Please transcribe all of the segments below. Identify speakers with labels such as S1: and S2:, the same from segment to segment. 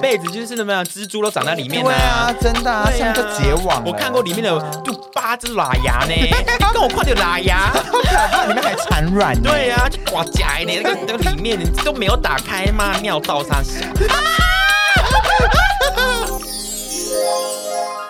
S1: 被子就是那么样，蜘蛛都长在里面
S2: 对啊，真的啊，
S1: 对
S2: 上
S1: 啊
S2: 面就结网了。啊
S1: 我看过里面的就八只喇牙呢， 跟我快点喇牙。
S2: 好可怕，里面还产卵。
S1: 对呀、啊，就哇夹一点，那个那个里面你都没有打开吗？尿道上下。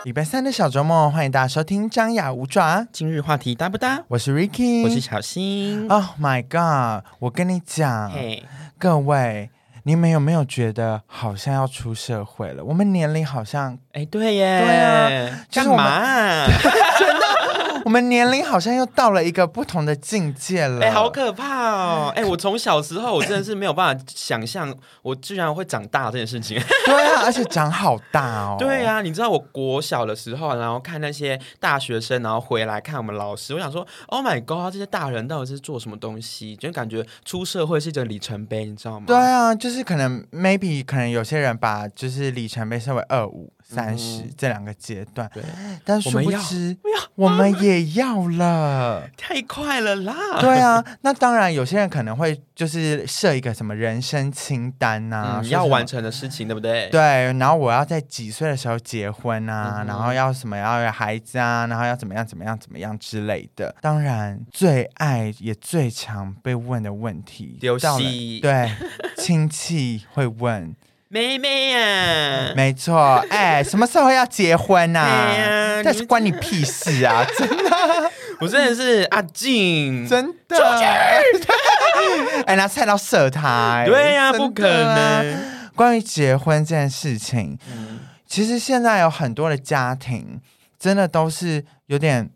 S2: 礼拜三的小周末，欢迎大家收听张牙舞爪，
S1: 今日话题搭不搭？
S2: 我是 Ricky，
S1: 我是小新。
S2: Oh my god！我跟你讲，
S1: 嘿，
S2: 各位，你们有没有觉得好像要出社会了？我们年龄好像，
S1: 哎，对耶，
S2: 对啊就是
S1: 干
S2: 我们
S1: 嘛啊？
S2: 我们年龄好像又到了一个不同的境界了。
S1: 哎，好可怕哦！哎，我从小时候我真的是没有办法想象，我居然会长大这件事情。
S2: 对啊，而且长好大哦。
S1: 对，啊，你知道我国小的时候，然后看那些大学生，然后回来看我们老师，我想说，Oh my god，这些大人到底是做什么东西？就感觉出社会是一个里程碑，你知道吗？
S2: 对啊，就是可能 maybe 可能有些人把就是里程碑设为二五三十
S1: 嗯
S2: 这两个阶段，
S1: 对，
S2: 但殊不知我们也要了。
S1: 太快了啦！
S2: 对 啊，那当然，有些人可能会就是设一个什么人生清单呐、
S1: 嗯
S2: 说
S1: 要
S2: 什么
S1: 完成的事情，对不对？
S2: 啊对，然后我要在几岁的时候结婚
S1: 嗯
S2: 啊，
S1: 哼
S2: 然后要什么要有孩子啊，然后要怎么样怎么样怎么样之类的。当然，最爱也最常被问的问题，
S1: 丢
S2: 到了
S1: 戏
S2: 对 亲戚会问，
S1: 妹妹啊，
S2: 没错，哎，什么时候要结婚
S1: 哎
S2: 啊？
S1: 呀
S2: 但是
S1: 你
S2: 关你屁事啊！真
S1: 我真的是阿静，
S2: 真的， 哎，拿菜刀射他、哎
S1: 对呀、
S2: 真的
S1: 不可能。嗯
S2: 关于结婚这件事情，其实现在有很多的家庭真的都是有点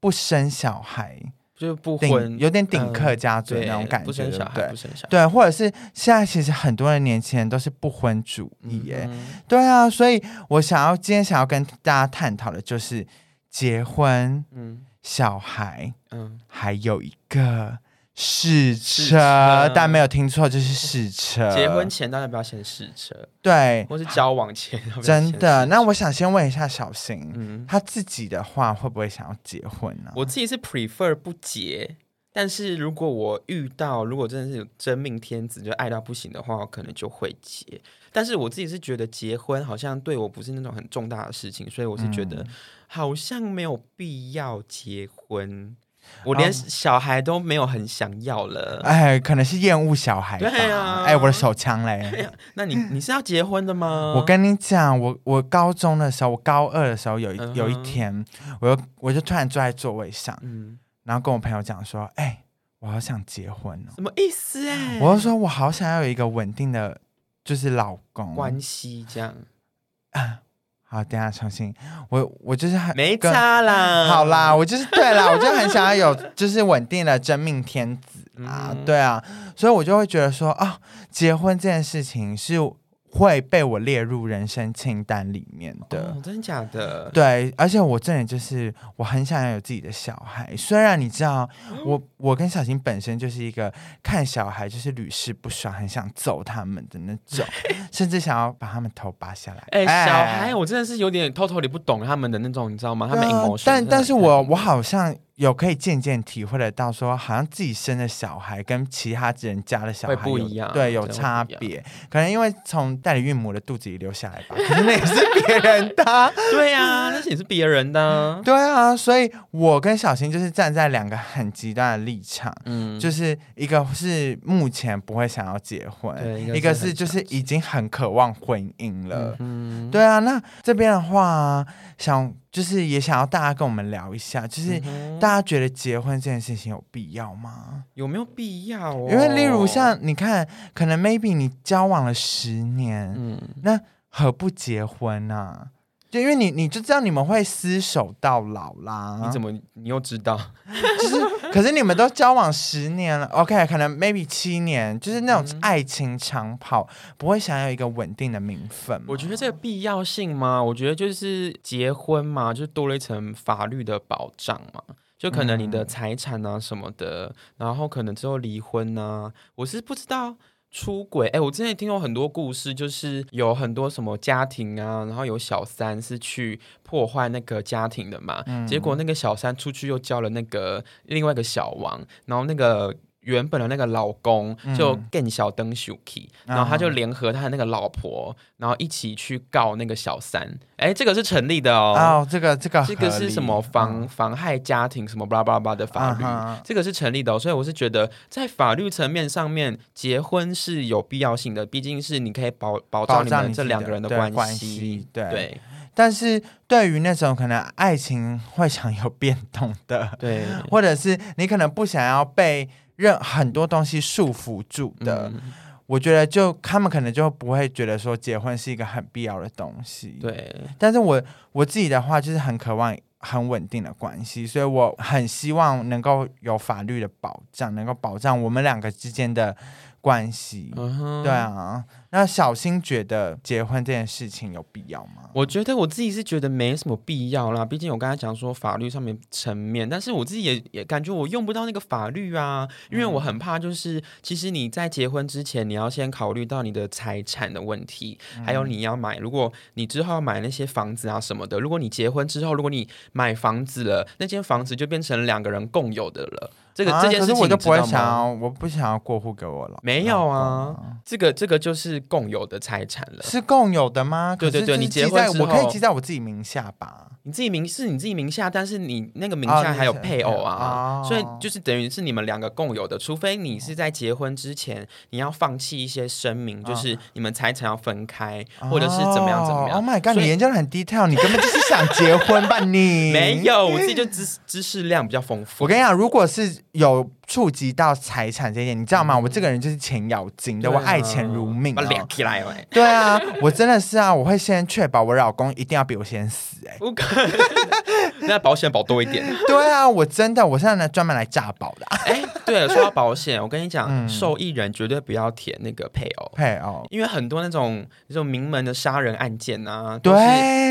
S2: 不生小孩，
S1: 就不婚嗯
S2: 顶，有点顶客家族
S1: 对
S2: 那种感
S1: 不
S2: 觉，
S1: 生
S2: 对
S1: 小
S2: 不
S1: 孩，
S2: 对
S1: 不？生小孩，
S2: 对，或者是现在其实很多的年轻人都是不婚主义
S1: 嗯
S2: 耶，
S1: 哼
S2: 对啊，所以我想要今天想要跟大家探讨的就是结婚、
S1: 嗯
S2: 小孩，
S1: 嗯，
S2: 还有一个试
S1: 试
S2: 车
S1: 车，
S2: 但没有听错，就是试车。
S1: 结婚前当然不要先试车，
S2: 对，
S1: 或是交往前要不要先
S2: 真
S1: 试
S2: 的，那我想先问一下小新，
S1: 嗯，
S2: 他自己的话会不会想要结婚呢、
S1: 我自己是 prefer 不结，但是如果我遇到如果真的是有真命天子，就爱到不行的话，我可能就会结。但是我自己是觉得结婚好像对我不是那种很重大的事情，所以我是觉
S2: 嗯
S1: 得好像没有必要结婚。我连
S2: 哦
S1: 小孩都没有很想要了。
S2: 哎，可能是厌恶小孩吧。
S1: 对啊
S2: 哎，我的手枪嘞！
S1: 那你你是要结婚的吗？
S2: 我跟你讲，我我高中的时候，我高二的时候有一、
S1: 嗯哼
S2: 有一天，我又我就突然坐在座位上，
S1: 嗯，
S2: 然后跟我朋友讲说，哎，我好想结婚哦。
S1: 什么意思哎、
S2: 我就说我好想要有一个稳定的就是老公。
S1: 关系这样
S2: 好，等一下重新，我我就是很
S1: 没
S2: 跟
S1: 差啦。
S2: 好啦，我就是对啦，我就很想要有就是稳定的真命天子
S1: 嗯
S2: 啊，对啊，所以我就会觉得说啊、结婚这件事情是会被我列入人生清单里面的。
S1: 哦，真的假的？
S2: 对，而且我这人就是我很想要有自己的小孩。虽然你知道，
S1: 嗯
S2: 我我跟小新本身就是一个看小孩就是屡试不爽，很想揍他们的那 种，甚至想要把他们头拔下来。
S1: 哎、小孩，我真的是有点偷偷的不懂他们的那种，你知道吗？他们
S2: 对
S1: e
S2: 啊
S1: m o
S2: 但但是我我好像有可以渐渐体会得到说，好像自己生的小孩跟其他人家的小孩
S1: 会不
S2: 有
S1: 一样
S2: 对，有
S1: 真的会
S2: 差
S1: 不 一
S2: 别。可能因为从代理孕母的肚子里流下来吧， 可是那也是别人的啊。
S1: 对啊， 那是也是别人的 啊、
S2: 对啊，所以我跟小新就是站在两个很极端的立场。
S1: 嗯，
S2: 就是一个是目前不会想要结婚，
S1: 对一个
S2: 一个
S1: 是
S2: 是
S1: 很
S2: 就是已经很渴望婚姻了。
S1: 嗯，
S2: 对啊，那这边的话，想就是也想要大家跟我们聊一下，就是
S1: 嗯哼
S2: 大家觉得结婚这件事情有必要吗？
S1: 有没有必要、哦？
S2: 因为例如像你看，可能 maybe 你交往了十年，
S1: 嗯，
S2: 何不结婚啊？就因为你你就知道你们会厮守到老啦。
S1: 你怎
S2: 么？
S1: 么你又知道？
S2: 就是，可是你们都交往十年了，OK，可能 maybe 七年，就是那种
S1: 嗯
S2: 爱情长跑，不会想要一个稳定的名分吗。
S1: 我觉得这个必要性嘛，我觉得就是结婚嘛，就多了一层法律的保障嘛。就可能你的财产啊什么的，然后可能之后离婚啊，我是不知道出轨。哎，我之前听过很多故事，就是有很多什么家庭啊，然后有小三是去破坏那个家
S2: 嗯
S1: 庭的嘛，结果那个小三出去又交了那个另外一个小王，然后那个原本的那个老公
S2: 嗯
S1: 就更小登 Suki，、然后他就
S2: 啊
S1: 联合他的那个老婆，然后一起去告那个小三。哎，这个是成立的哦。
S2: 哦，这个这个
S1: 这个
S2: 合
S1: 是
S2: 理嗯
S1: 什么妨妨害家庭什么巴拉巴拉巴拉的法律，
S2: 啊哈
S1: 这个是成立的哦、所以我是觉得在法律层面上面，结婚是有必要性的，毕竟是你可以保保
S2: 保
S1: 障你
S2: 障
S1: 们
S2: 你
S1: 这
S2: 自己
S1: 两个人的
S2: 对
S1: 关
S2: 关
S1: 系
S2: 系。对
S1: 对
S2: 但是对于那种可能爱情会想有变动 的，
S1: 对
S2: 或者是你可能不想要被任很多东西束缚住的，
S1: 嗯
S2: 我觉得就他们可能就不会觉得说结婚是一个很必要的东西。，
S1: 对，
S2: 但是我我自己的话就是很渴望很稳定的关系，所以我很希望能够有法律的保障，能够保障我们两个之间的关系。
S1: 嗯哼
S2: 对啊，那小新觉得结婚这件事情有必要吗？
S1: 我觉得我自己是觉得没什么必要啦，毕竟我刚才讲说法律上面层面，但是我自己也也感觉我用不到那个法律啊，因为我很怕就是，其实你在结婚之前，你要先考虑到你的财产的问题，
S2: 嗯
S1: 还有你要买，如果你之后要买那些房子啊什么的，如果你结婚之后，如果你买房子了，那间房子就变成两个人共有的了，这个、
S2: 啊
S1: 这件
S2: 可
S1: 事
S2: 是
S1: 情
S2: 我就
S1: 你知
S2: 不会
S1: 道
S2: 想
S1: 吗？
S2: 要，我不想要过户给我了。
S1: 没有啊
S2: 老公，
S1: 这个这个就是共有的财产了，
S2: 是共有的吗？
S1: 对对
S2: 可
S1: 对
S2: 是就是
S1: 你结
S2: 记
S1: 婚
S2: 在
S1: 之
S2: 我可以
S1: 后
S2: 记在我自己名下吧？
S1: 你自己名是你自己名下，但是你那个名
S2: 哦
S1: 下
S2: 你
S1: 还有
S2: 是
S1: 配偶啊，
S2: 哦
S1: 所以就是等于是你们两个共有的，除非你是在结婚之前你要放弃一些声
S2: 啊
S1: 明，就是你们财产要分开，或者是怎么样怎么
S2: 哦？Oh
S1: 样。
S2: my
S1: 所
S2: god！
S1: 以
S2: 你研究的很 detail，你根本就是想结婚吧 你？
S1: 没。有，我自己就知知识量比较丰富。
S2: 我跟你讲，如果是有触及到财产这一点，你知道吗？
S1: 嗯
S2: 我这个人就是钱咬金的，
S1: 对啊
S2: 我爱钱如命、
S1: 把脸
S2: 哦。
S1: 起来喂，
S2: 对啊， 我真的是啊，我会先确保我老公一定要比我先死、哎，
S1: 不可能， 那保险保多一点。
S2: 对啊，我真的，我现在呢专门来诈保的、啊
S1: 哎，对了，说到保险，我跟你讲，
S2: 嗯
S1: 受益人绝对不要填那个配偶。
S2: 配偶。
S1: 因为很多那种那种名门的杀人案件啊，
S2: 对
S1: 都是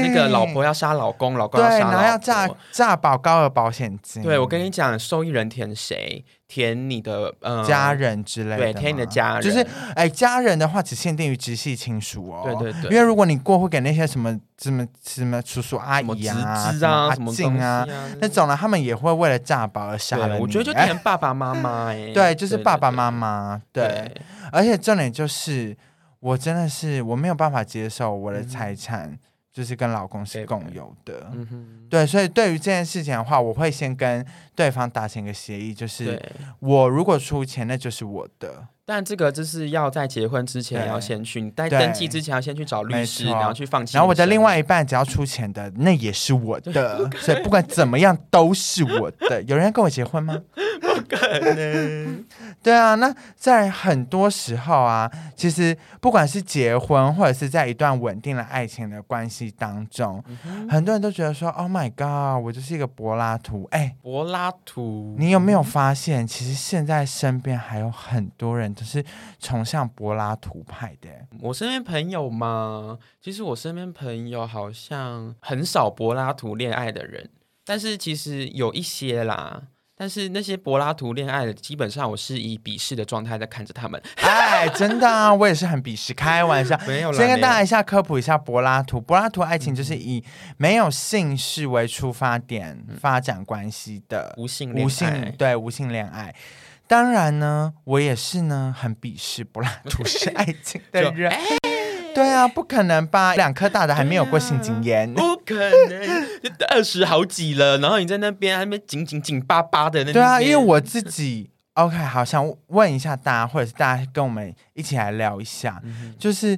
S1: 那个老婆要杀老公，老公
S2: 对，
S1: 要杀
S2: 然后要
S1: 老
S2: 诈
S1: 婆。
S2: 诈保高额保险金，
S1: 对，我跟你讲，受益人填谁？填你的呃
S2: 家，人之类的吗，
S1: 对，填你的家人，
S2: 就是哎，家人的话只限定于直系亲属哦。
S1: 对对对
S2: 因为如果你过户给那些什么什么什么叔叔阿
S1: 什么
S2: 姨
S1: 侄
S2: 啊、
S1: 子啊，
S2: 阿
S1: 什么
S2: 静啊
S1: 东西啊
S2: 那种呢，他们也会为了诈保而杀了
S1: 对，
S2: 你。
S1: 我觉得就
S2: 哎
S1: 填爸爸妈妈哎，
S2: 对，就是爸爸妈
S1: 妈，
S2: 妈。
S1: 对
S2: 对，，而且重点就是，我真的是我没有办法接受我的财产就是跟老公是
S1: 嗯对
S2: 共有的。
S1: 嗯哼，
S2: 对，所以对于这件事情的话，我会先跟对方达成一个协议，就是
S1: 对。
S2: 我如果出钱，那就是我的。
S1: 但这个就是要在结婚之前
S2: 对
S1: 要先去，你在
S2: 对
S1: 登记之前要先去找律
S2: 没
S1: 师，
S2: 错
S1: 然后去放弃。
S2: 然后我的另外 一半只要出钱的，那也是我的，所以不管怎么样都是我的。有人要跟我结婚吗？ 对啊，那在很多时候啊，其实不管是结婚，或者是在一段稳定的爱情的关系当中，很多人都觉得说：“Oh my god，我就是一个柏拉图。”哎，
S1: 柏拉图，
S2: 你有没有发现，其实现在身边还有很多人都是崇尚柏拉图派的、
S1: 我身边朋友嘛，其实我身边朋友好像很少柏拉图恋爱的人，但是其实有一些啦。但是那些柏拉图恋爱的，基本上我是以鄙视的状态在看着他们。
S2: 哎，真的、啊，我也是很鄙视，开玩笑。
S1: 没有啦，
S2: 先跟
S1: 没
S2: 大家
S1: 有嗯
S2: 一下科普一下柏拉图。柏拉图爱情就是以没有性事为出发点发展关系的
S1: 嗯无性恋
S2: 无性
S1: 爱，
S2: 对无性恋爱。当然呢，我也是呢，很鄙视柏拉图式爱情的
S1: 就哎
S2: 人。对啊，不可能吧？两颗大的还没有过性经验。
S1: 不可能，就二十好几了，然后你在那边还那边紧紧紧巴巴的那边。
S2: 对啊，因为我自己 OK，好想问一下大家，或者是大家跟我们一起来聊一下，
S1: 嗯
S2: 就是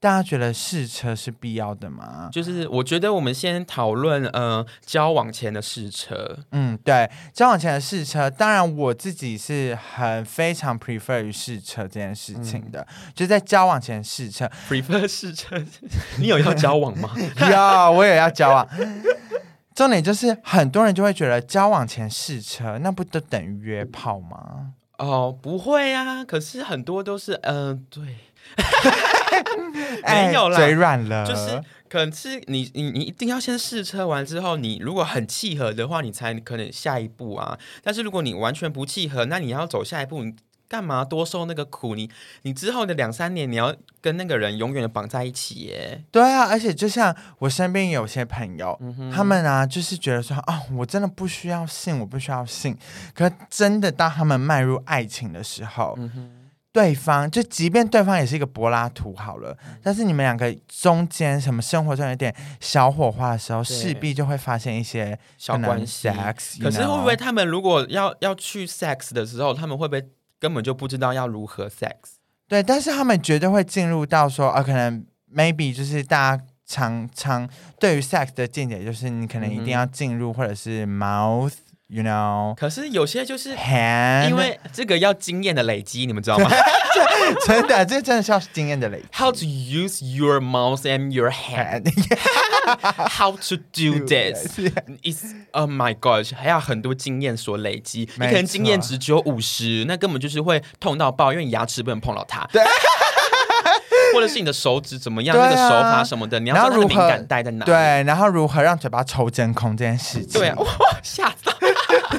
S2: 大家觉得试车是必要的吗？
S1: 就是我觉得我们先讨论呃交往前的试车，
S2: 嗯，对，交往前的试车，当然我自己是很非常 prefer 于试车这件事情的，
S1: 嗯
S2: 就在交往前 试车，
S1: prefer 试车， 你有要交往吗？
S2: 哟，我也要交往。重点就是很多人就会觉得交往前试车，那不都等于约炮吗？
S1: 哦，不会啊，可是很多都是，嗯、对，
S2: 哎
S1: 没有啦
S2: 嘴软了，
S1: 就是可能是你你你一定要先试车完之后，你如果很契合的话，你才可能下一步啊。但是如果你完全不契合，那你要走下一步，你干嘛多受那个苦？你你之后的两三年，你要跟那个人永远的绑在一起耶。
S2: 对啊，而且就像我身边有些朋友，
S1: 嗯哼
S2: 他们啊，就是觉得说啊、我真的不需要性，我不需要性。可真的当他们迈入爱情的时候，
S1: 嗯哼，
S2: 对方就即便对方也是一个柏拉图好了，
S1: 嗯
S2: 但是你们两个中间什么生活上有点小火花的时候，
S1: 对
S2: 势必就会发现一些
S1: 小关系。
S2: sex，
S1: 可是会不会他们如果要要去 sex 的时候，他们会不会根本就不知道要如何 sex？
S2: 对？但是他们绝对会进入到说啊，可能 maybe 就是大家。常常对于 sex 的见解就是，你可能一
S1: 嗯
S2: 定要进入，或者是 mouth，you know，
S1: 可是有些就是
S2: hand，
S1: 因为这个要经验的累积，你们知道吗
S2: 真的，这真的是要经验的累积。
S1: ？How to use your mouth and your hand? How to do this? Is oh my gosh，还要很多经验所累积。你
S2: 没
S1: 可能经验
S2: 错
S1: 值只有五十，那根本就是会痛到爆，因为你牙齿不能碰到它。
S2: 对。
S1: 或者是你的手指怎么样，
S2: 对啊
S1: 那个手法什么的， 你要知道它
S2: 然
S1: 的
S2: 后如
S1: 敏
S2: 何
S1: 感带在哪。
S2: 对，然后如何让嘴巴抽真空这件事情，
S1: 对啊，哇，吓死！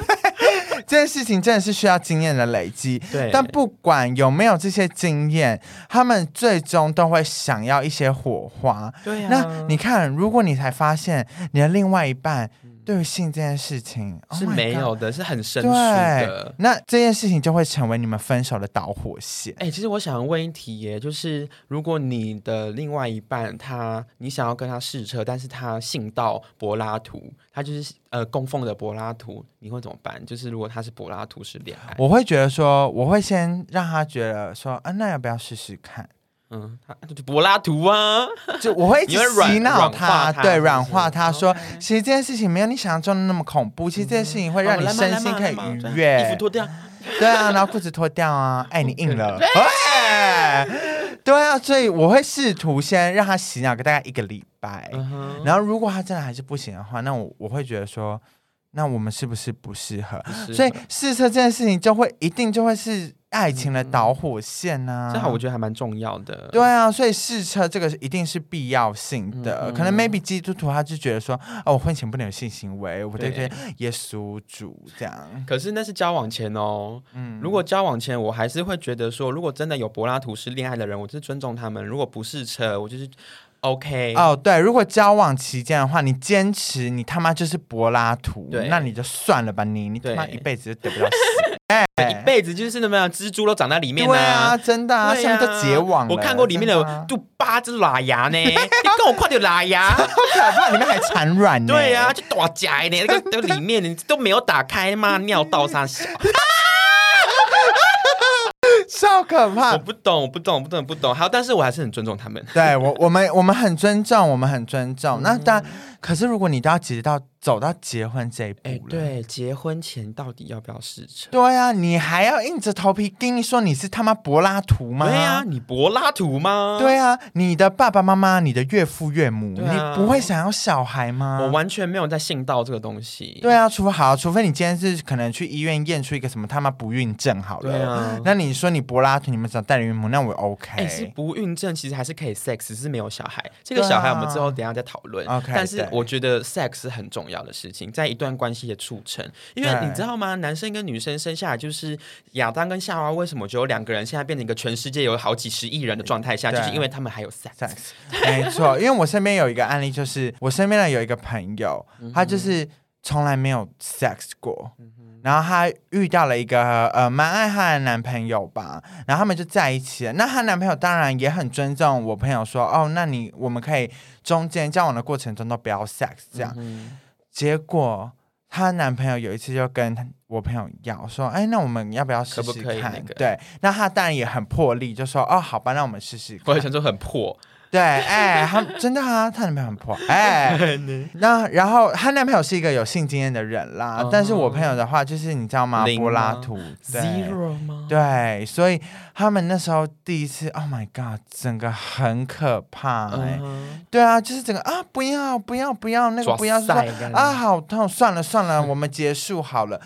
S2: 这件事情真的是需要经验的累积。
S1: 对
S2: 但不管有没有这些经验，他们最终都会想要一些火花。
S1: 对啊，
S2: 那你，oh 看，如果你才发现你的另外一半对于性这件事情、
S1: 嗯是
S2: oh my
S1: 没
S2: God，
S1: 有的，是很生疏
S2: 对
S1: 的，。
S2: 那这件事情就会成为你们分手的导火线。
S1: 哎、其实我想问一题耶，就是如果你的另外一半他，你想要跟他试车，但是他信到柏拉图，他就是呃供奉的柏拉图，你会怎么办？就是如果他是柏拉图式恋爱，
S2: 我会觉得说，我会先让他觉得说，啊，那要不要试试 看？
S1: 嗯，他就柏拉图啊，
S2: 就我会一直
S1: 你会软
S2: 洗脑
S1: 软化他
S2: 对，
S1: 是不是
S2: 软化他说
S1: OK，
S2: 其实这件事情没有你想象中的那么恐怖，其实这件事情 会让
S1: 哦
S2: 你
S1: 来嘛
S2: 身
S1: 来
S2: 心
S1: 嘛
S2: 可以
S1: 来嘛这
S2: 愉
S1: 样衣
S2: 悦
S1: 服，脱掉，
S2: 对啊，然后裤子脱掉啊，爱你硬了，对，对啊，所以我会试图先让他洗脑个大概一个礼拜，
S1: 嗯哼，
S2: 然后如果他真的还是不行的话，那我我会觉得说，那我们是不是不适合？
S1: 是
S2: 啊所以试车这件事情就会一定就会是爱情的导火线呐、啊，
S1: 嗯这好，我觉得还蛮重要的。
S2: 对啊，所以试车这个是一定是必要性的。
S1: 嗯
S2: 可能 maybe 基督徒他就觉得说，哦，我婚前不能有性行为，我对
S1: 对
S2: 对耶稣主这样。
S1: 可是那是交往前哦，
S2: 嗯，
S1: 如果交往前，我还是会觉得说，如果真的有柏拉图式恋爱的人，我就是尊重他们；如果不是车，我就是 OK。
S2: 哦对，如果交往期间的话，你坚持你他妈就是柏拉图，
S1: 对
S2: 那你就算了吧你，你他妈
S1: 对
S2: 一辈子就得不到死。哎，
S1: 一辈子 就是那么样，蜘蛛都长在里面
S2: 对啊，真的啊，
S1: 对
S2: 现在都结网了。
S1: 我看过里面
S2: 真
S1: 的
S2: 啊
S1: 就八只喇牙 呢，你跟我快点喇牙。
S2: 好可怕，里面还产卵 呢。
S1: 对啊，，就打夹呢，那个都里面你都没有打开嘛，尿道上 小。
S2: 超可怕
S1: 我。不懂，我不懂，我不懂，我不懂。好，但是我还是很尊重他们。
S2: 对我，我们我们很尊重，我们很尊重。
S1: 嗯
S2: 那当然，可是如果你都要结到走到结婚这一步
S1: 哎、
S2: 了，
S1: 对，结婚前到底要不要试车？
S2: 对啊，你还要硬着头皮跟你说你是他妈柏拉图吗？
S1: 对啊，，你柏拉图吗？
S2: 对啊，你的爸爸妈妈、你的岳父岳母，
S1: 对啊
S2: 你不会想要小孩吗？
S1: 我完全没有在信道这个东西。
S2: 对啊，除非好，除非你今天是可能去医院验出一个什么他妈不孕症好了。
S1: 对啊。
S2: 那你说你柏拉图，你们长代理孕母，那我 OK。
S1: 哎、是不孕症其实还是可以 sex，只是没有小孩。这个
S2: 对啊
S1: 小孩我们之后等一下再讨论。
S2: OK，
S1: 但是
S2: 对
S1: 我觉得 sex 是很重要的事情，在一段关系的促成。因
S2: 对
S1: 为你知道吗？男生跟女生生下来就是亚当跟夏娃，为什么只有两个人？现在变成一个全世界有好几十亿人的状态下，
S2: 对
S1: 就是因为他们还有 sex。
S2: sex，没错，因为我身边有一个案例，就是我身边的有一个朋友，
S1: 嗯
S2: 他就是从来没有 sex 过，然后他遇到了一个呃蛮爱她的男朋友吧，然后他们就在一起了。那她男朋友当然也很尊重我朋友说，哦，那你我们可以中间交往的过程中都不要 sex 这样。
S1: 嗯
S2: 结果她男朋友有一次就跟她我朋友要说，哎，那我们要不要试
S1: 可不
S2: 试
S1: 可以
S2: 看？
S1: 那个
S2: 对，那她当然也很破例，就说，哦，好吧，那我们试试看。
S1: 我也想说很破，
S2: 对，哎、她真的啊，她男朋友很破，哎、那然后她男朋友是一个有性经验的人啦，
S1: 哦
S2: 但是我朋友的话就是你知道吗？
S1: 零吗
S2: 柏拉图对
S1: zero 吗？
S2: 对，所以他们那时候第一次，Oh my God，整个很可怕、哎、
S1: 嗯哼，
S2: 对啊，就是整个啊，不要不要不要那个
S1: 抓
S2: 不要啊
S1: 塞
S2: 说
S1: 这样
S2: 啊，好痛，算了算了，我们结束好了。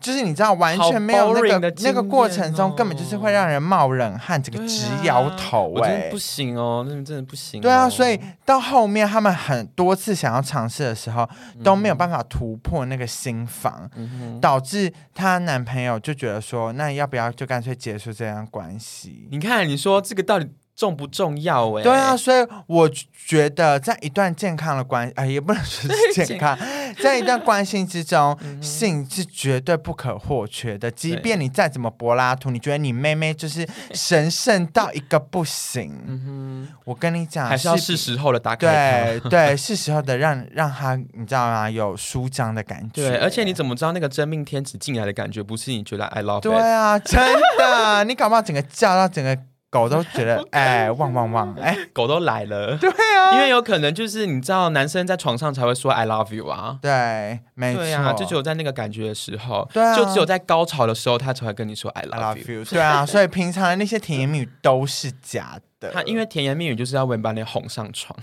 S2: 就是你知道完
S1: 好
S2: 全没有
S1: boring
S2: 那
S1: 的
S2: 个
S1: 经
S2: 那个过程
S1: 验
S2: 中
S1: 哦，啊
S2: 根本就是会让人冒冷汗，整个直摇头
S1: 我真
S2: 哎、
S1: 的不行哦，那真的不行哦、
S2: 对啊，所以到后面他们很多次想要尝试的时候，都没有办法突破那个心房，
S1: 嗯嗯哼
S2: 导致她男朋友就觉得说，那要不要就干脆结束这段关系？
S1: 你看，你说这个到底重不重要、哎，
S2: 对啊，，所以我觉得在一段健康的关，啊、也不能说是健 康，在一段关系之中，性是绝对不可或缺的。即
S1: 嗯对
S2: 便你再怎么柏拉图，你觉得你妹妹就是神圣到一个不行，
S1: 嗯
S2: 我跟你讲，
S1: 哼，还是要是时候了，打开它。
S2: 对对，是时候的让让他，你知道吗？有舒张的感觉。
S1: 对，而且你怎么知道那个真命天子进来的感觉不是你觉得哎 I love
S2: 对
S1: it？
S2: 啊，真的，你搞不好整个叫到整个狗都觉得哎，汪汪汪，哎，
S1: 狗都来了，
S2: 对啊，
S1: 因为有可能就是你知道，男生在床上才会说 I love you 啊。
S2: 对，没错，
S1: 对啊，就只有在那个感觉的时候，
S2: 对啊
S1: 就只有在高潮的时候，他才会跟你说 I
S2: I
S1: love you。
S2: love you，对啊，所以平常的那些甜言蜜语都是假的，
S1: 他因为甜言蜜语就是要文把你哄上床，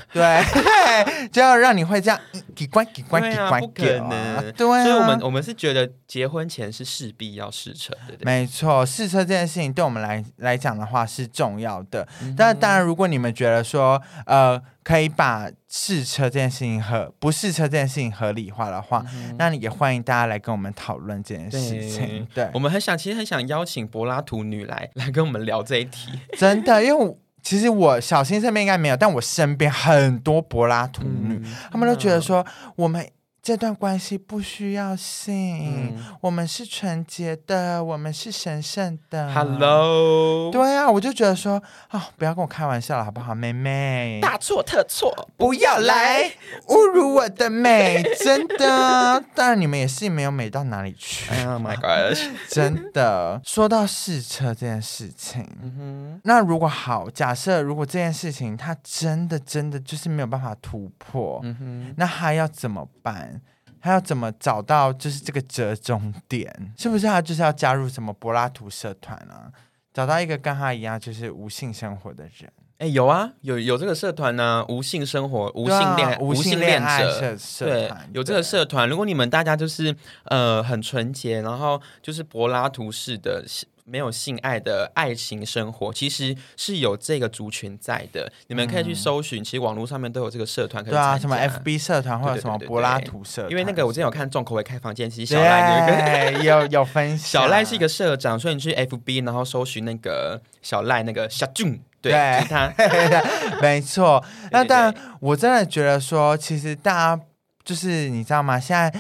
S2: 对，就要让你会这样嗯叽呱叽呱
S1: 对
S2: 叽
S1: 啊
S2: 呱
S1: 不可
S2: 叽呱
S1: 能
S2: 对啊，
S1: 所以我们我们是觉得结婚前是势必要试成的，对不对？
S2: 没错，试车这件事情对我们来来讲的话是重要的。
S1: 嗯
S2: 但当然，如果你们觉得说，呃，可以把试车这件事情合不试车这件事情合理化的话，那也欢迎大家来跟我们讨论这件事情。对，
S1: 我们很想，其实很想邀请柏拉图女来来跟我们聊这一题。
S2: 真的，因为我其实我小新身边应该没有，但我身边很多柏拉图
S1: 嗯
S2: 女，他们都觉得说我们。这段关系不需要性，我们是纯洁的，我们是神圣的。
S1: ，Hello，
S2: 对啊，我就觉得说啊、不要跟我开玩笑了，好不好，妹妹？
S1: 大错特错，
S2: 不要来侮辱我的美，真的。当然，你们也是没有美到哪里 去，
S1: 哎呀 my gosh，
S2: 真的。说到试车这件事情，那如果好，假设如果这件事情它真的真的就是没有办法突破，
S1: 嗯哼，
S2: 那他要怎么办？他要怎么找到就是这个折中点？是不是他就是要加入什么柏拉图社团啊？找到一个跟他一样就是无性生活的人，
S1: 哎、有啊，有有这个社团呢、无性生活、无性恋、
S2: 对啊无
S1: 性
S2: 恋
S1: 恋
S2: 爱
S1: 者。
S2: 社社
S1: 对
S2: 团，
S1: 有这个社团。如果你们大家就是呃很纯洁，然后就是柏拉图式的没有性爱的爱情生活，其实是有这个族群在的。你们可以去搜寻，其实网络上面都有这个社团可以
S2: 嗯对啊，
S1: 参
S2: 什么
S1: 加
S2: FB 社团或者
S1: 对对
S2: 什么
S1: 对对
S2: 柏拉图社团，
S1: 因为那个我之前有看重口味开房间，其实
S2: 对
S1: 小赖有一个。
S2: 有有分享，啊
S1: 小赖是一个社长，所以你去 FB 然后搜寻那个小赖那个小俊，对，
S2: 对
S1: 是 他，
S2: 没错。那
S1: 对
S2: 当然，我真的觉得说，其实大家就是你知道吗？现在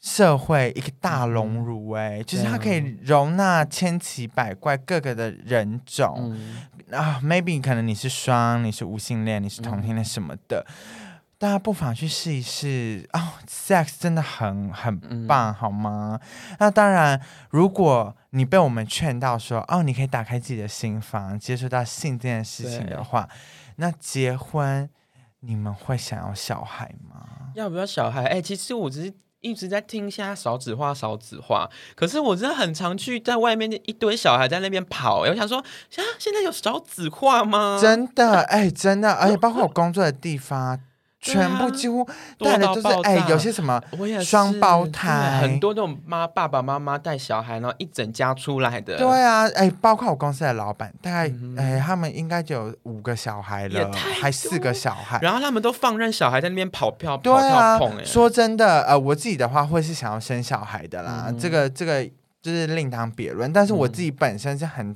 S2: 社会一个大熔炉、哎、
S1: 嗯
S2: 就是它可以容纳千奇百怪各个的人种
S1: 嗯，
S2: 啊。maybe 可能你是双，你是无性恋，你是同性恋什么的。大家不妨去试一试哦，sex 真的很很
S1: 嗯
S2: 棒，好吗？那当然，如果你被我们劝到说，哦，你可以打开自己的心房，接触到性这件事情
S1: 对
S2: 的话，那结婚你们会想要小孩吗？
S1: 要不要小孩？哎、其实我只是一直在听现在少子化，少子化。可是我真的很常去在外面一堆小孩在那边跑、哎我想说，啊，现在有少子化吗？
S2: 真的，哎，真的，而且包括我工作的地方，
S1: 对啊
S2: 全部几乎
S1: 多
S2: 带的
S1: 到
S2: 都是
S1: 爆，炸
S2: 哎，有些什么
S1: 我也是
S2: 双胞
S1: 对
S2: 胎
S1: 很多那种妈爸爸妈妈带小孩，然后一整家出来的，
S2: 对啊，哎、包括我公司的老板，大概、
S1: 嗯哼
S2: 哎，他们应该就有五个小孩
S1: 也
S2: 了，
S1: 太
S2: 还四
S1: 多
S2: 个小孩。
S1: 然后他们都放任小孩在那边跑票、
S2: 对
S1: 跑
S2: 啊
S1: 跳、碰、哎，
S2: 说真的，呃，我自己的话会是想要生小孩的啦，
S1: 嗯哼嗯
S2: 这个这个就是另当别论。但是我自己本身是很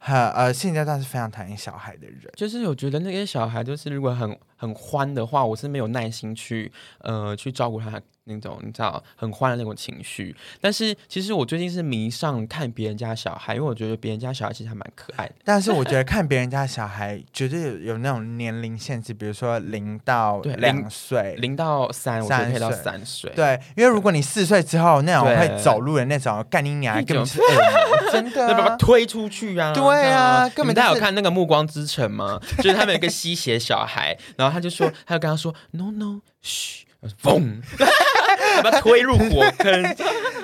S2: 很呃，现阶段是非常讨厌小孩的人。
S1: 就是我觉得那些小孩，就是如果很很欢的话，我是没有耐心去呃去照顾他那种你知道很欢的那种情绪。但是其实我最近是迷上看别人家小孩，因为我觉得别人家小孩其实还蛮可爱的。
S2: 但是我觉得看别人家小孩，绝对有有那种年龄限制，比如说零到
S1: 对
S2: 两岁，
S1: 零到三，我觉得可以到
S2: 三岁
S1: 三岁。
S2: 对，啊因为如果你四岁之后那种
S1: 对
S2: 会走路的那种，干你娘，
S1: 那
S2: 根
S1: 种
S2: 本是恶魔，真的
S1: 那把他
S2: 啊。
S1: 推出去啊！
S2: 对
S1: 这
S2: 啊
S1: 样
S2: 根
S1: 你
S2: 本
S1: 们大家
S2: 就是
S1: 有看那个《暮光之 城》吗？就是他们有一个吸血小孩，然后他就说，他就跟他说 “no no”，嘘 嘣，把他推入火 坑。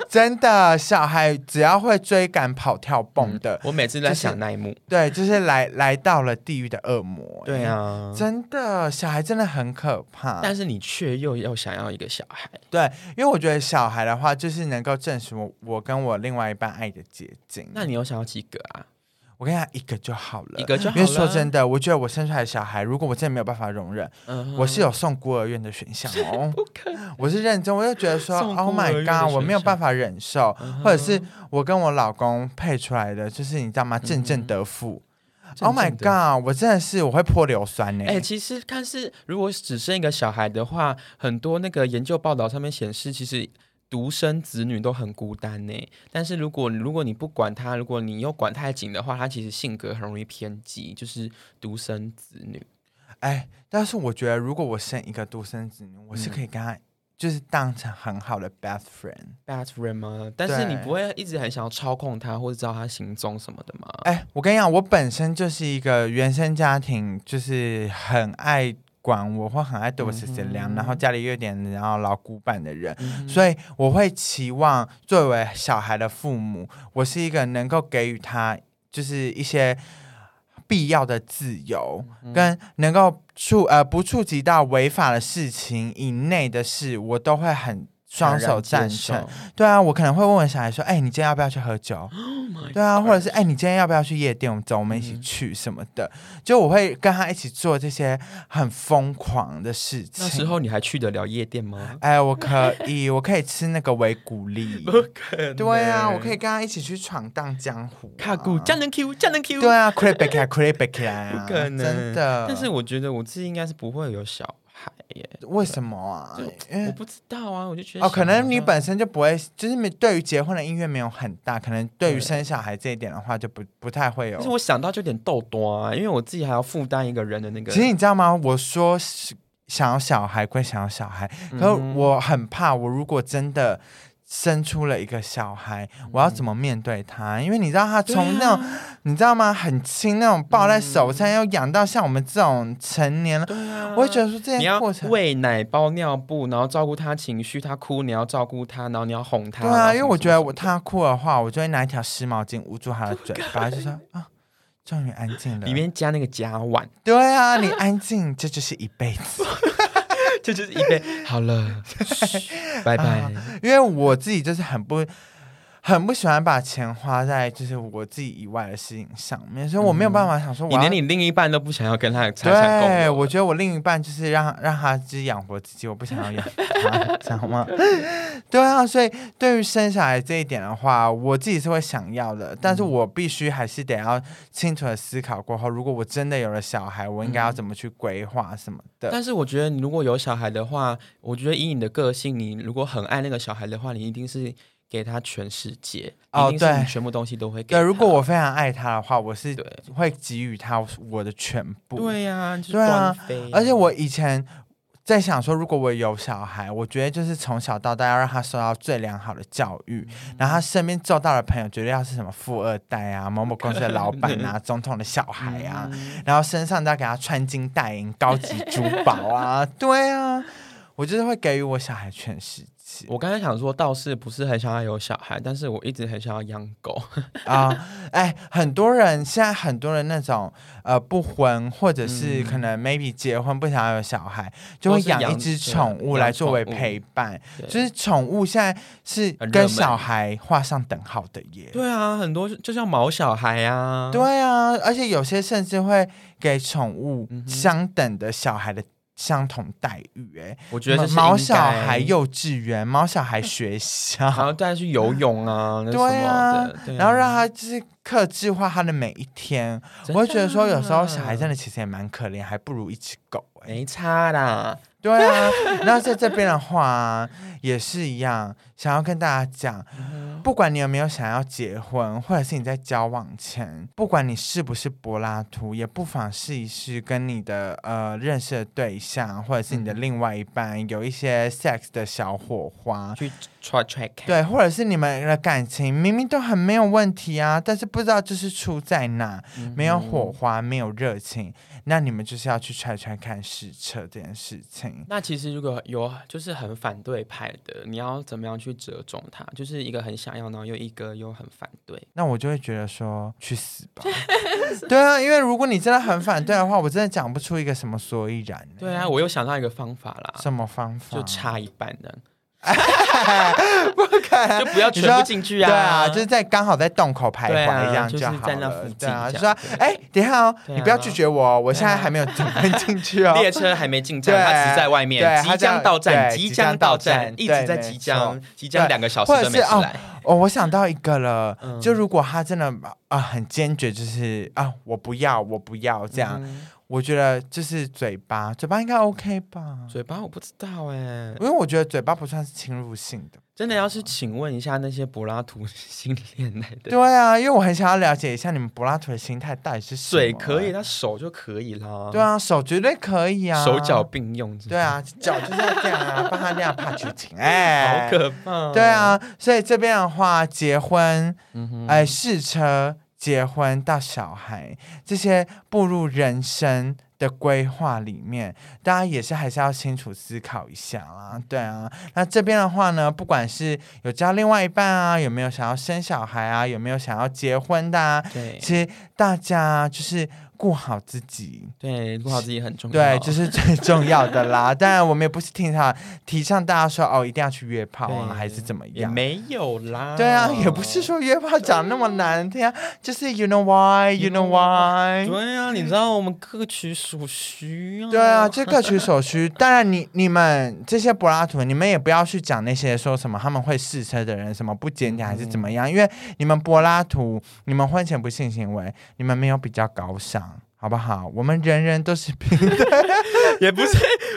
S2: 真的，小孩只要会追赶、跑、跳、蹦的，
S1: 我每次都在想那一幕。
S2: 对，就是来来到了地狱的恶魔。
S1: 对，啊，
S2: 真的，小孩真的很可怕。
S1: 但是你却又要想要一个小孩，
S2: 对，因为我觉得小孩的话，就是能够证实我我跟我另外一半爱的结晶。
S1: 那你有想要几个啊？
S2: 我跟你讲，一个就好了。
S1: 一个就好
S2: 因为说
S1: 了
S2: 真的，我觉得我生出来的小孩，如果我真的没有办法容忍，
S1: 嗯
S2: 我是有送孤儿院的选项 哦。
S1: 不可
S2: 我是认真，我就觉得说
S1: 送
S2: ，Oh
S1: 孤儿
S2: my
S1: 院的
S2: god，我
S1: 选
S2: 没有
S1: 项嗯
S2: 办法忍受，或者是我跟我老公配出来的，就是你知道
S1: 嗯
S2: 吗？正正得负。Oh my
S1: 真正的
S2: god，我真的是我会泼硫酸呢、欸
S1: 哎、其实看是如果只生一个小孩的话，很多那个研究报道上面显示，其实独生子女都很孤单呢。但是如果如果你不管他，如果你又管太紧的话，他其实性格很容易偏激，就是独生子女。
S2: 哎，但是我觉得如果我生一个独生子女，我
S1: 嗯
S2: 是可以跟他就是当成很好的 best friend。
S1: bad friend 吗？啊但是你不会一直很想要操控他，或者知道他行踪什么的吗？
S2: 哎，我跟你讲，我本身就是一个原生家庭，就是很爱管我或很爱对我
S1: 嗯
S2: 死
S1: 哼
S2: 死量，然后家里又有点然后老古板的人，
S1: 嗯
S2: 哎所以我会期望作为小孩的父母，我是一个能够给予他就是一些必要的自由，
S1: 嗯
S2: 跟能够触呃不触及到违法的事情以内的事，我都会很双手赞成。。对啊，我可能会问我小孩说：“哎、你今天要不要去 喝酒？”
S1: Oh my
S2: 对啊，或者是哎、你今天要不要去夜店？我们走，我们一起去什么的。就我会跟他一起做这些很疯狂的事情。
S1: 那时候你还去得了夜店 吗？
S2: 哎，我可以，我可以吃那个维骨 力。
S1: 可能
S2: 对啊，我可以跟他一起去闯荡江湖、啊。
S1: 卡古加能 Q 加能 Q。
S2: 对啊 c r e e p back 来 c r e e p back 来啊！
S1: 不可能
S2: 真的。
S1: 但是我觉得我自己应该是不会有小孩耶，
S2: 为什么啊
S1: 就？
S2: 因
S1: 我
S2: 为
S1: 不知道啊，我就觉得
S2: 哦，可能你
S1: 小孩
S2: 本身就不会，就是没对于结婚的意愿没有很大，可能对于
S1: 对
S2: 生小孩这一点的话，就不不太会有
S1: 但是。我想到就有点逗多啊，因为我自己还要负担一个人的那个，
S2: 其实你知道吗？我说是想要小孩归想要小孩，可是
S1: 嗯
S2: 我很怕，我如果真的生出了一个小孩，我
S1: 嗯
S2: 要怎么面对他？因为你知道，他
S1: 啊
S2: 从那种、你知道吗，很轻那种抱在手上，要养到像我们这种成年了，我会觉得说这
S1: 啊你
S2: 些
S1: 要
S2: 过程。
S1: 喂奶、包尿布，然后照顾他情绪，他哭你要照顾他，然后你要哄他。
S2: 对
S1: 然后
S2: 啊，
S1: 什
S2: 因为
S1: 么
S2: 我
S1: 什
S2: 觉
S1: 么
S2: 得
S1: 什
S2: 我
S1: 么的
S2: 他哭的话，我就会拿一条湿毛巾捂住他的嘴巴，就说啊，终于安静了。
S1: 里面加那个夹碗，
S2: 对啊，你安静，这就是一辈子。
S1: 这就是一杯好 了，嘘拜拜。
S2: 因为我自己就是很不很不喜欢把钱花在就是我自己以外的事情上面，所以我没有办法想说我
S1: 你
S2: 要、
S1: 连你另一半都不想要跟他的财产共
S2: 对，
S1: 有，
S2: 我觉得我另一半就是让让他只养活自己，我不想要养 他，知道吗？ 对啊，所以对于生小孩这一点的话，我自己是会想要的，但是
S1: 嗯
S2: 我必须还是得要清楚的思考过后，如果我真的有了小孩，我应该要怎么去规划什么的。
S1: 但是我觉得你如果有小孩的话，我觉得以你的个性，你如果很爱那个小孩的话，你一定是给他全世界，
S2: 哦
S1: 一定是你
S2: 对
S1: 全部东西都会给
S2: 对，
S1: 他。
S2: 如果我非常爱他的话，我是
S1: 对
S2: 会给予他我的全部。
S1: 对呀、啊，就是
S2: 对啊
S1: 断飞
S2: 而且我以前在想说，如果我有小孩，我觉得就是从小到大要让他受到最良好的教育，
S1: 嗯
S2: 然后他身边周到的朋友绝对要是什么富二代啊、某某公司的老板 啊、总统的小孩啊，
S1: 嗯
S2: 然后身上都要给他穿金戴银、高级珠宝啊，对啊，我就是会给予我小孩全世界
S1: 我刚才想说，倒是不是很想要有小孩，但是我一直很想要养 狗。
S2: 啊。哎，很多人现在很多人那种呃不婚，或者是可能 maybe 结婚不想要有小孩，就会
S1: 嗯或是
S2: 养一
S1: 养
S2: 只
S1: 对啊
S2: 宠物
S1: 养
S2: 来作为
S1: 宠物
S2: 陪伴。
S1: 对
S2: 就是宠物现在是
S1: 很热
S2: 跟
S1: 门
S2: 小孩画上等号的耶。
S1: 对啊，很多就像毛小孩啊，
S2: 对啊，而且有些甚至会给宠物
S1: 嗯
S2: 相等的小孩的相同待遇，哎，
S1: 我觉得这是
S2: 毛
S1: 应该
S2: 小孩幼稚园、毛小孩学
S1: 然
S2: 校，
S1: 后带他去游泳 啊， 那什
S2: 对
S1: 么
S2: 啊
S1: 的，对啊
S2: 然后让他就是克制化他的每一天。
S1: 啊
S2: 我会觉得说，有时候小孩真的其实也蛮可怜，还不如一只狗，哎，
S1: 没差啦，
S2: 对啊，然后在这边的话啊、也是一样，想要跟大家讲，不管你有没有想要结婚，或者是你在交往前，不管你是不是柏拉图，也不妨试一试跟你的呃认识的对象，或者是你的
S1: 嗯
S2: 另外一半、有一些 sex 的小火花。
S1: 去 try try 看。
S2: 对，或者是你们的感情明明都很
S1: 嗯
S2: 没有问题啊，但是不知道就是出在哪，没有火花，没有热情，那你们就是要去 try try 看试车这件事情。
S1: 那其实如果有就是很反对派的，你要怎么样去折中它？就是一个很想要，然后又一个又很反对。
S2: 那我就会觉得说去死 吧，对啊，因为如果你真的很反对的话，我真的讲不出一个什么所以然、欸
S1: 对啊，，我又想到一个方法啦，
S2: 什么方法
S1: 就差一半的，
S2: 不可能，
S1: 就不要
S2: 你
S1: 全部
S2: 说
S1: 进去
S2: 对啊，就是
S1: 是
S2: 在刚好在洞口徘徊
S1: 对啊
S2: 这样
S1: 就是
S2: 好
S1: 在那
S2: 了
S1: 附
S2: 对啊，
S1: 近这
S2: 就说
S1: 样
S2: 哎，等一下哦，
S1: 对啊
S2: 你不要拒绝我哦，我现在
S1: 对啊
S2: 还没有准备进去哦。
S1: 列车还没进站，
S2: 对
S1: 它只是在外
S2: 对
S1: 面，
S2: 它
S1: 即
S2: 这样
S1: 将到站，
S2: 对
S1: 即将到站，
S2: 即
S1: 一
S2: 将到
S1: 直
S2: 站
S1: 在
S2: 对
S1: 即将，即将
S2: 对
S1: 两个小时
S2: 或者
S1: 都没
S2: 是
S1: 出
S2: 哦
S1: 来。
S2: 哦，我想到一个了，
S1: 嗯
S2: 就如果他真的啊、很坚决，就是啊我不要我不要这样，
S1: 嗯
S2: 我觉得就是嘴巴，嘴巴应该 OK 吧，
S1: 嘴巴我不知道哎
S2: 因，为我觉得嘴巴不算是侵入性的。
S1: 真的要是请问一下那些柏拉图 新恋爱的，
S2: 对啊，因为我很想要了解一下你们柏拉图的心态到底是什么啊
S1: 嘴可以，，他手就可以啦。
S2: 对啊，手绝对可以啊，
S1: 手脚并用，
S2: 对，啊，脚就是要这样啊，帮他那样怕剧 情，哎，
S1: 好可怕。
S2: 对，啊，所以这边的话，结婚
S1: 嗯哼，
S2: 哎，试车、结婚到小孩这些步入人生的规划里面，大家也是还是要清楚思考一下啦。对啊，那这边的话呢，不管是有交另外一半啊，有没有想要生小孩啊，有没有想要结婚的啊，
S1: 对
S2: 其实大家就是顾好自己。
S1: 对，顾好自己很重要。
S2: 对，这 是最重要的啦。当然，我们也不是提倡提倡大家说哦，一定要去约炮啊，
S1: 对
S2: 还是怎么
S1: 也
S2: 样？
S1: 没有啦。
S2: 对啊，也不是说约炮讲那么难听啊，就是 you know why, you
S1: You know
S2: know why。
S1: 对啊，你知道我们各取所需啊。
S2: 对啊，这各取所需。当然你，你们这些柏拉图，你们也不要去讲那些说什么他们会试车的人，什么不检点还是怎么样，因为你们柏拉图，你们婚前不性行为，你们没有比较高尚，好不好？我们人人都是 平等，
S1: 也不是，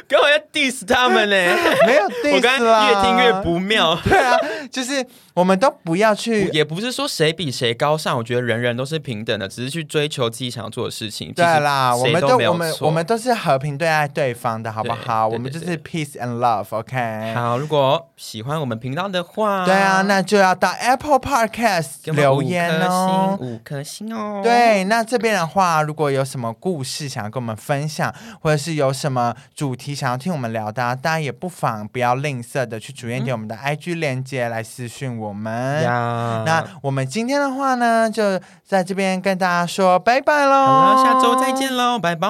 S1: 刚好要 diss 他们呢。
S2: 没有
S1: 我刚
S2: diss
S1: 刚
S2: 啦。
S1: 越听越不妙。
S2: 对啊，就是我们都不要去
S1: 也不是说谁比谁高尚，我觉得人人都是平等的，只是去追求自己想要做的事情。
S2: 对
S1: 其实
S2: 啦，我
S1: 谁
S2: 们
S1: 都
S2: 都
S1: 没有
S2: 我们
S1: 错
S2: 我们都是和平对待对方的，好不
S1: 对
S2: 好？
S1: 对
S2: 我们就
S1: 对
S2: 是 peace and love，OK、
S1: 好，如果喜欢我们频道的话，
S2: 对啊，那就要到 Apple Podcast
S1: 给我们
S2: 留
S1: 五
S2: 言
S1: 颗
S2: 哦。
S1: 星五颗星哦。，
S2: 对，那这边的话，如果有什么故事想要跟我们分享，或者是有什么主题想要听我们聊的啊，大家也不妨不要吝啬的去主页点我们的 IG 链接来私讯我们。
S1: 嗯呀，
S2: 哎那我们今天的话呢，就在这边跟大家说拜拜喽。
S1: 好了，下周再见喽，拜拜。